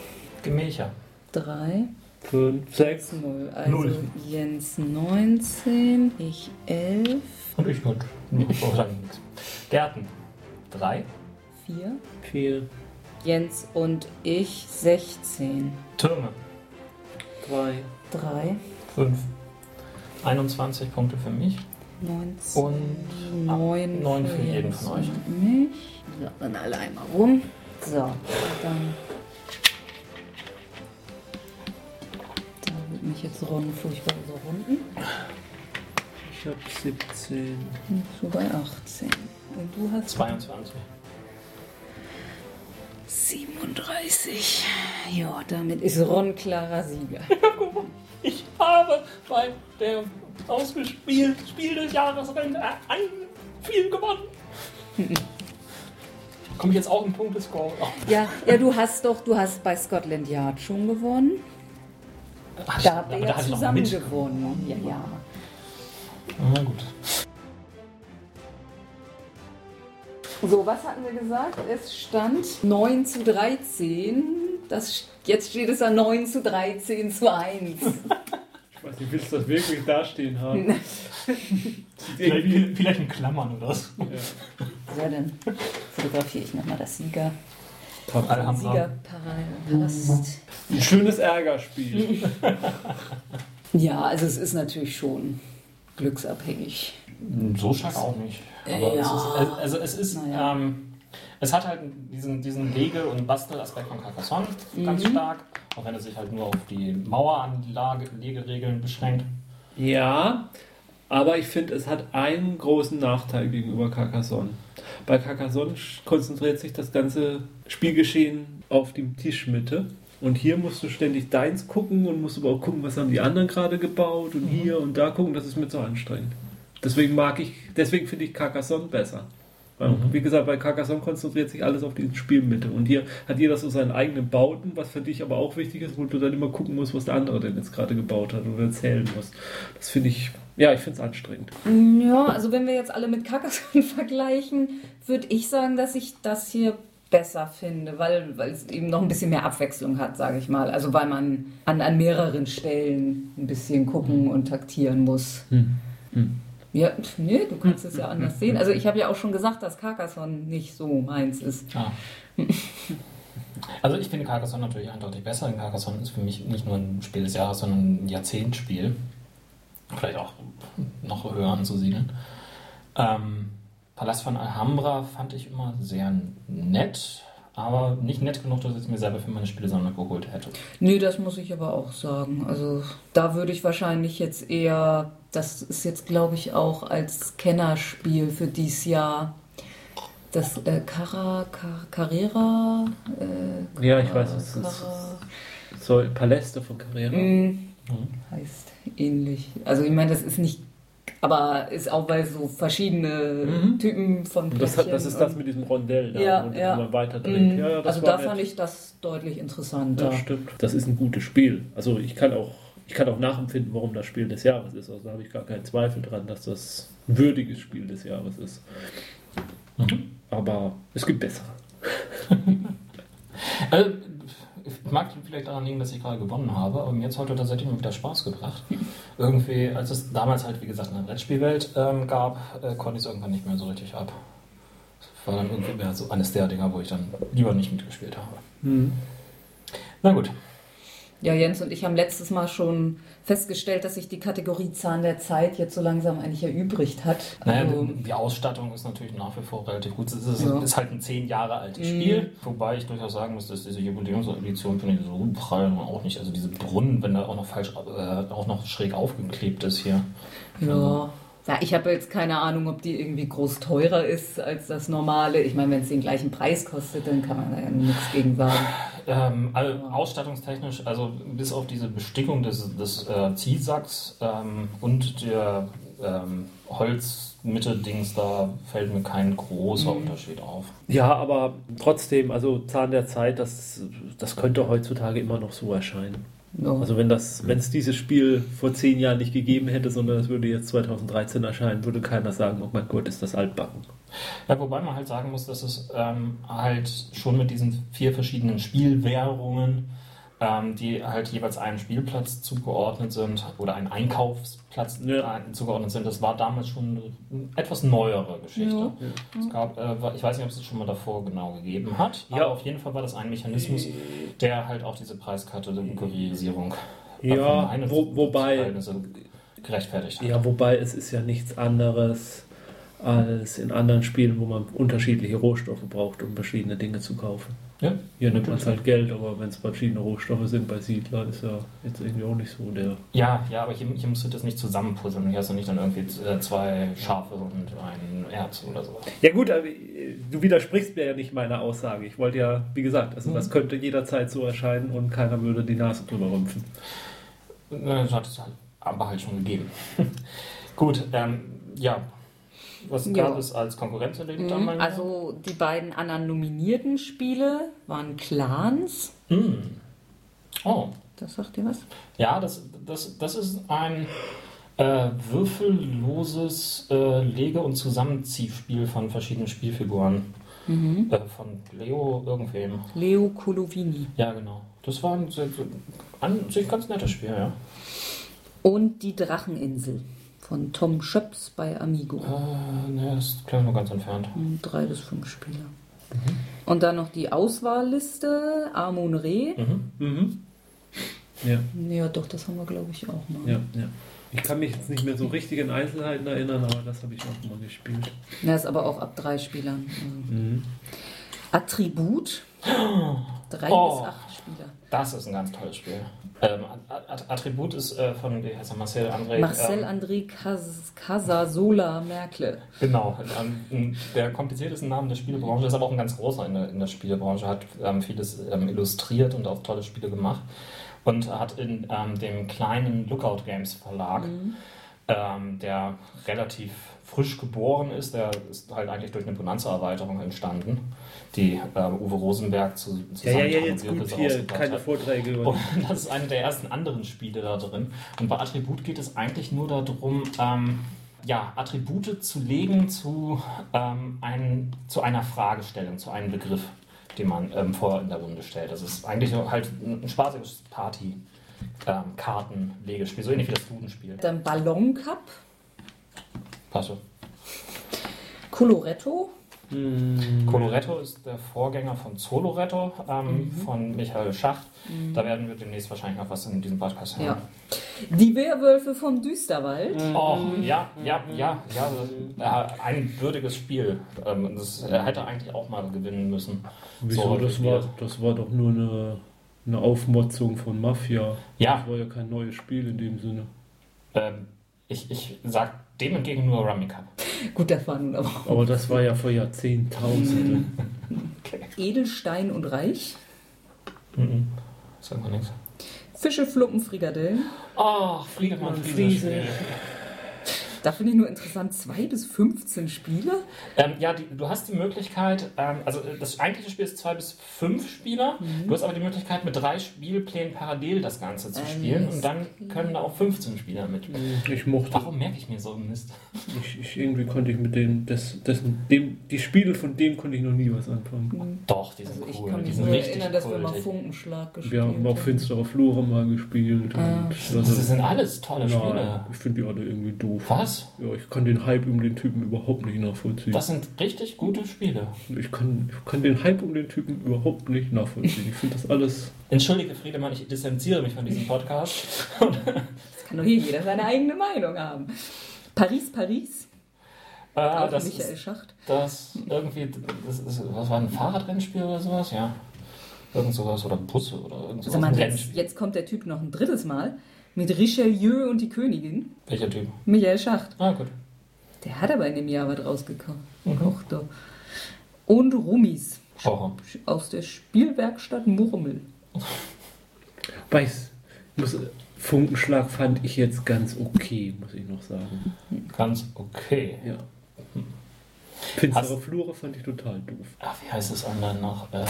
S3: Gemächer.
S1: 3.
S2: Fünf. Sechs.
S1: 0. Also
S3: Null.
S1: Jens 19. Ich 11.
S3: Und ich gut. Wahrscheinlich nichts. Gärten. Drei.
S1: 4.
S2: Vier.
S1: Jens und ich 16.
S3: Türme.
S2: Drei.
S1: 3.
S3: Fünf. 21 Punkte für mich.
S1: 19.
S3: Und
S1: Neun
S3: neun für jeden von euch.
S1: und Mich. So, dann alle einmal rum. So, dann. Da wird mich jetzt Ron furchtbar überrunden.
S2: Ich habe 17.
S1: Und so bei 18. Und du hast
S3: 22.
S1: 37. Ja, damit ist Ron klarer Sieger.
S3: Ich habe bei der ausgespielt Spiel des Jahresrente ein Spiel gewonnen. Komme ich jetzt auch im Punktescore? Oh,
S1: Ja, ja, du hast doch, du hast bei Scotland Yard schon gewonnen. Da habt ihr
S3: aber
S1: ja
S3: hatte ich noch
S1: zusammen
S3: mit.
S1: gewonnen. Ja, ja.
S3: Na gut.
S1: So, was hatten wir gesagt? Es stand 9 zu 13. Das, st- jetzt steht es ja 9 zu 13 zu 1.
S2: Ich weiß nicht, willst du das wirklich dastehen haben? Sieht irgendwie.
S3: Vielleicht, vielleicht in Klammern oder so.
S2: Ja.
S1: Ja, dann fotografiere ich nochmal das Sieger.
S3: Alle haben
S1: Sieger passt.
S2: Ein schönes Ärgerspiel.
S1: Ja, also es ist natürlich schon glücksabhängig.
S3: So stark auch nicht.
S1: Äh,
S3: Aber es
S1: ja.
S3: ist, also es ist
S1: Naja.
S3: ähm, Es hat halt diesen, diesen Lege- und Bastelaspekt von Carcassonne ganz
S1: Mhm.
S3: stark, auch wenn es sich halt nur auf die Maueranlage, Legeregeln beschränkt.
S2: Ja, aber ich finde, es hat einen großen Nachteil gegenüber Carcassonne. Bei Carcassonne sch- konzentriert sich das ganze Spielgeschehen auf die Tischmitte. Und hier musst du ständig deins gucken und musst aber auch gucken, was haben die anderen gerade gebaut und hier und da gucken. Das ist mir zu anstrengend. Deswegen mag ich, deswegen finde ich Carcassonne besser. Weil, Wie gesagt, bei Carcassonne konzentriert sich alles auf die Spielmitte. Und hier hat jeder so seinen eigenen Bauten, was für dich aber auch wichtig ist, wo du dann immer gucken musst, was der andere denn jetzt gerade gebaut hat oder zählen musst. Das finde ich, ja, ich finde es anstrengend.
S4: Ja, also wenn wir jetzt alle mit Carcassonne vergleichen, würde ich sagen, dass ich das hier besser finde, weil, weil es eben noch ein bisschen mehr Abwechslung hat, sage ich mal. Also weil man an, an mehreren Stellen ein bisschen gucken und taktieren muss.
S2: Hm.
S4: Ja, pf, nee, du kannst es ja anders sehen. Also ich habe ja auch schon gesagt, dass Carcassonne nicht so meins ist.
S3: Ja. Ah. Also ich finde Carcassonne natürlich eindeutig besser. Denn Carcassonne ist für mich nicht nur ein Spiel des Jahres, sondern ein Jahrzehntspiel. Vielleicht auch noch höher anzusiedeln. Ähm, Palast von Alhambra fand ich immer sehr nett, aber nicht nett genug, dass ich es mir selber für meine Spielesammlung geholt hätte.
S4: Nee, das muss ich aber auch sagen. Also da würde ich wahrscheinlich jetzt eher, das ist jetzt glaube ich auch als Kennerspiel für dieses Jahr, das äh, Cara, Car Carrera, äh,
S2: Ja, ich weiß, was das
S4: Cara
S2: ist. So, Paläste von Carrera.
S1: Hm.
S4: Mm, heißt ähnlich. Also ich meine, das ist nicht, aber ist auch weil so verschiedene
S2: Mhm.
S4: Typen von
S2: Und das, hat, das
S4: Plättchen
S2: ist das
S4: und-
S2: mit diesem Rondell da,
S4: Ja,
S2: wo
S4: ja.
S2: man weiterdreht.
S4: Mm,
S2: Ja, ja, das
S4: also
S2: war
S4: da
S2: nett.
S4: fand ich das deutlich interessanter.
S2: Das stimmt. Das ist ein gutes Spiel. Also ich kann auch, ich kann auch nachempfinden, warum das Spiel des Jahres ist. Also da habe ich gar keinen Zweifel dran, dass das ein würdiges Spiel des Jahres ist.
S3: Mhm.
S2: Aber es gibt bessere.
S3: Also, ich mag vielleicht daran liegen, dass ich gerade gewonnen habe, aber mir hat es heute tatsächlich mal wieder Spaß gebracht. Irgendwie, als es damals halt, wie gesagt, eine Brettspielwelt ähm, gab, äh, konnte ich es irgendwann nicht mehr so richtig ab. Es war dann irgendwie mehr so eines der Dinger, wo ich dann lieber nicht mitgespielt habe.
S4: Mhm.
S3: Na gut.
S4: Ja, Jens und ich haben letztes Mal schon festgestellt, dass sich die Kategorie Zahn der Zeit jetzt so langsam eigentlich erübrigt hat.
S3: Naja,
S4: Also,
S3: die Ausstattung ist natürlich nach wie vor relativ gut. Es ist,
S4: Ja. Mhm.
S3: ist halt ein zehn Jahre altes Spiel. Wobei ich durchaus sagen muss, dass diese Jubiläumsedition finde ich so prall auch nicht. Also diese Brunnen, wenn da auch noch falsch, äh, auch noch schräg aufgeklebt ist hier.
S4: ja. ja, ich habe jetzt keine Ahnung, ob die irgendwie groß teurer ist als das normale. Ich meine, wenn es den gleichen Preis kostet, dann kann man da ja nichts gegen sagen.
S3: Ähm, also ausstattungstechnisch, also bis auf diese Bestickung des, des äh, Ziehsacks ähm, und der ähm, Holzmitte-Dings, da fällt mir kein großer Unterschied auf.
S2: Ja, aber trotzdem, also Zahn der Zeit, das, das könnte heutzutage immer noch so erscheinen.
S4: Ja.
S2: Also wenn das, wenn es dieses Spiel vor zehn Jahren nicht gegeben hätte, sondern es würde jetzt 2013 erscheinen, würde keiner sagen, oh mein Gott, ist das altbacken.
S3: Ja, wobei man halt sagen muss, dass es ähm, halt schon mit diesen vier verschiedenen Spielwährungen, ähm, die halt jeweils einem Spielplatz zugeordnet sind oder einem Einkaufsplatz
S2: Ja.
S3: äh, zugeordnet sind, das war damals schon eine etwas neuere Geschichte. Es gab, äh, ich weiß nicht, ob es das schon mal davor genau gegeben hat,
S2: Ja.
S3: aber auf jeden Fall war das ein Mechanismus, der halt auch diese Preiskategorisierung
S2: Ja,
S3: allgemeine
S2: wo- wobei-
S3: Verhältnisse gerechtfertigt hat.
S2: Ja, wobei es ist ja nichts anderes als in anderen Spielen, wo man unterschiedliche Rohstoffe braucht, um verschiedene Dinge zu kaufen.
S3: Ja?
S2: Hier nimmt man es halt Geld, aber wenn es verschiedene Rohstoffe sind bei Siedler, ist ja jetzt irgendwie auch nicht so der.
S3: Ja, ja, aber hier, hier musst du das nicht zusammenpuzzeln. Hier hast du nicht dann irgendwie äh, zwei Schafe und ein Erz oder sowas.
S2: Ja gut, aber äh, du widersprichst mir ja nicht meiner Aussage. Ich wollte ja, wie gesagt, also das könnte jederzeit so erscheinen und keiner würde die Nase drüber rümpfen.
S3: Na, Das hat es halt, aber halt schon gegeben. Gut, ähm, ja. Was
S4: Ja.
S3: gab es als Konkurrenz in den
S4: Mhm.
S3: damaligen Jahren?
S4: Also die beiden anderen nominierten Spiele waren Clans.
S3: Hm. Oh,
S4: Das sagt ihr was?
S3: ja, das, das, das ist ein äh, würfelloses äh, Lege- und Zusammenziehspiel von verschiedenen Spielfiguren.
S4: Mhm.
S3: Äh, von Leo irgendwem.
S4: Leo Colovini.
S3: Ja, genau. Das war ein sehr, sehr, an sich ganz nettes Spiel, ja.
S4: Und die Dracheninsel von Tom Schöps bei Amigo.
S3: Äh, ne, das klang nur ganz entfernt.
S4: Und Drei bis fünf Spieler. Und dann noch die Auswahlliste, Amon Re.
S2: Mhm. Ja,
S4: Ja, doch, das haben wir, glaube ich, auch mal.
S2: ja, ja. Ich kann mich jetzt nicht mehr so richtig in Einzelheiten erinnern, aber das habe ich auch mal gespielt.
S4: Ja, ist aber auch ab drei Spielern. Also. Attribut. Drei
S3: Oh.
S4: bis acht Spieler.
S3: Das ist ein ganz tolles Spiel. Ähm, At- Attribut ist äh, von wie heißt er, Marcel André.
S4: Marcel
S3: ähm,
S4: André Cas- Casasola Merkle.
S3: Genau, ähm, ein- der komplizierteste Name der Spielebranche ist aber auch ein ganz großer in der, in der Spielebranche, hat ähm, vieles ähm, illustriert und auch tolle Spiele gemacht und hat in ähm, dem kleinen Lookout Games Verlag, ähm, der relativ frisch geboren ist, der ist halt eigentlich durch eine Bonanza-Erweiterung entstanden, die ähm, Uwe Rosenberg zu,
S2: Ja,
S3: zusammen
S2: ja, ja, jetzt gut,
S3: Tarantelkes
S2: hier,
S3: ausgebracht
S2: keine
S3: hat.
S2: Vorträge. Und
S3: Und das ist eine der ersten anderen Spiele da drin. Und bei Attribut geht es eigentlich nur darum, ähm, ja, Attribute zu legen zu, ähm, ein, zu einer Fragestellung, zu einem Begriff, den man ähm, vorher in der Runde stellt. Das ist eigentlich halt ein ein spaßiges Party. Ähm, Kartenlegespiel, so ähnlich wie das Dudenspiel.
S4: Dann Ballon Cup,
S3: Passe.
S4: Coloretto,
S3: Coloretto ist der Vorgänger von Soloretto ähm, von Michael Schacht. Da werden wir demnächst wahrscheinlich noch was in diesem Podcast hören.
S4: Ja. die Werwölfe vom Düsterwald,
S3: Oh, ja, ja, ja, ja. äh, Ein würdiges Spiel. Ähm, Das äh, hätte eigentlich auch mal gewinnen müssen.
S2: Wieso,
S3: So,
S2: das, war, das war doch nur eine, eine Aufmotzung von Mafia.
S3: Ja.
S2: Das war ja kein neues Spiel in dem Sinne.
S3: ähm, Ich, ich sag dem entgegen nur Rummy Cup.
S4: gut, das war nun aber auch
S2: Aber das war ja vor Jahrzehntausenden.
S4: Edelstein und Reich,
S3: Mhm. Sag mal nichts.
S4: Fische, Fluppen, Frikadellen.
S3: Oh, Friedemann
S2: Friese.
S3: Friese.
S4: Da finde ich nur interessant, zwei bis 15 Spieler.
S3: Ähm, ja, die, du hast die Möglichkeit, ähm, also äh, das eigentliche Spiel ist zwei bis fünf Spieler.
S4: Mhm.
S3: Du hast aber die Möglichkeit, mit drei Spielplänen parallel das Ganze zu
S4: Ähm,
S3: spielen.
S4: das
S3: Und dann können da auch 15 Spieler mit.
S2: Mhm. Ich mochte,
S3: Warum merke ich mir so einen Mist?
S2: ich, ich, irgendwie konnte ich mit dem, das, dessen, dem, die Spiele von dem konnte ich noch nie was anfangen.
S3: Doch, die sind
S4: Also ich
S3: cool.
S4: kann
S3: Oh, die
S4: mich
S3: sind
S4: nur
S3: richtig
S4: erinnern, dass wir
S3: kultig.
S4: mal Funkenschlag gespielt
S2: Wir haben auch finstere Flure mal gespielt.
S4: Ah.
S2: Und
S3: Das sind alles tolle
S2: nein,
S3: Spiele.
S2: ich finde die alle irgendwie doof.
S3: Was?
S2: Ja, ich kann den Hype um den Typen überhaupt nicht nachvollziehen.
S3: Das sind richtig gute Spiele.
S2: Ich kann, ich kann den Hype um den Typen überhaupt nicht nachvollziehen. Ich finde das alles.
S3: Entschuldige, Friedemann, ich distanziere mich von diesem Podcast.
S4: Das kann doch hier jeder seine eigene Meinung haben. Paris, Paris,
S3: Äh,
S4: auch
S3: das
S4: Michael
S3: ist
S4: Schacht.
S3: das irgendwie, das ist, was war ein Fahrradrennspiel oder sowas? Ja. Irgend sowas oder Busse oder irgend sowas.
S4: Also man,
S3: Ein
S4: jetzt, jetzt kommt der Typ noch ein drittes Mal mit Richelieu und die Königin,
S3: Welcher Typ?
S4: Michael Schacht.
S3: Ah, gut.
S4: Der hat aber in dem Jahr was rausgekommen.
S3: Mhm.
S4: Gekocht da. Und Rummis
S3: Oh.
S4: aus der Spielwerkstatt Murmel.
S2: Weiß. Muss, Funkenschlag fand ich jetzt ganz okay, muss ich noch sagen.
S3: Ganz okay.
S2: Ja. Hm. Finstere
S3: Hast-
S2: Flure fand ich total doof.
S3: Ach, Ah, wie heißt das andere noch? Äh,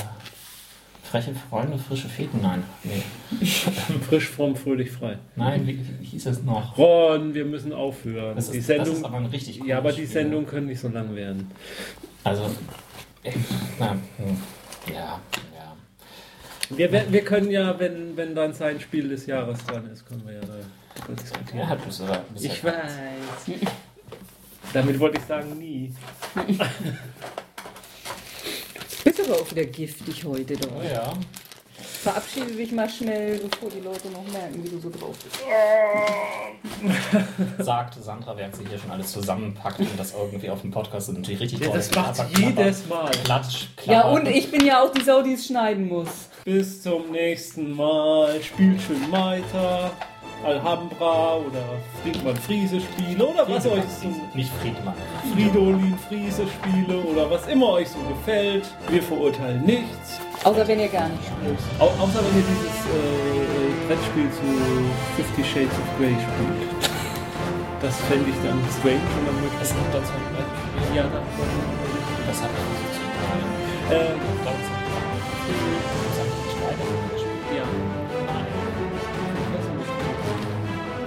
S3: freche Freunde, frische Fäden? Nein. Nee.
S2: Frisch, fromm, fröhlich, frei.
S3: Nein, wie, wie hieß das noch?
S2: Ron, wir müssen aufhören.
S3: Das ist,
S2: die
S3: das
S2: Sendung.
S3: ist aber ein richtig
S2: ja, aber
S3: cooles
S2: die
S3: Spiel.
S2: Sendung können nicht so lang werden.
S3: Also, äh, na, hm, ja, ja.
S2: Wir, wir wir können ja, wenn, wenn dann sein Spiel des Jahres dran ist, können wir ja da diskutieren.
S3: Ja, du bist aber- bist halt
S2: Ich
S3: ja-
S4: Äh,
S2: weiß. Damit wollte ich sagen, nie.
S4: Bist aber auch wieder giftig heute
S3: Oh
S4: doch.
S3: ja.
S4: Verabschiede dich mal schnell, bevor die Leute noch merken, wie du so drauf bist.
S3: Sagte Sandra, während sie hier schon alles zusammenpackt und das irgendwie auf dem Podcast ist natürlich richtig
S2: Ja,
S3: toll.
S2: das macht
S3: Klapper, klapper,
S2: jedes Mal.
S3: Klatsch,
S4: Ja,
S3: klapper.
S4: und ich bin ja auch die Sau, die es schneiden muss.
S2: Bis zum nächsten Mal. Spielt schön weiter. Alhambra oder Friedmann Friese Spiele oder was euch so
S3: Nicht Friedmann.
S2: Fridolin Friese Spiele oder was immer euch so gefällt. Wir verurteilen nichts.
S4: Außer wenn ihr gar nicht spielt.
S2: Au außer wenn ihr dieses äh, Brettspiel zu Fifty Shades of Grey spielt. Das fände ich dann strange und dann möchte
S3: Es gibt dazu ein Brettspiel.
S2: ich ja dann.
S3: Das hat er nicht zu
S2: Äh,
S3: tun. Das ist ein Brettspiel.
S2: ja. Ich weiß nicht.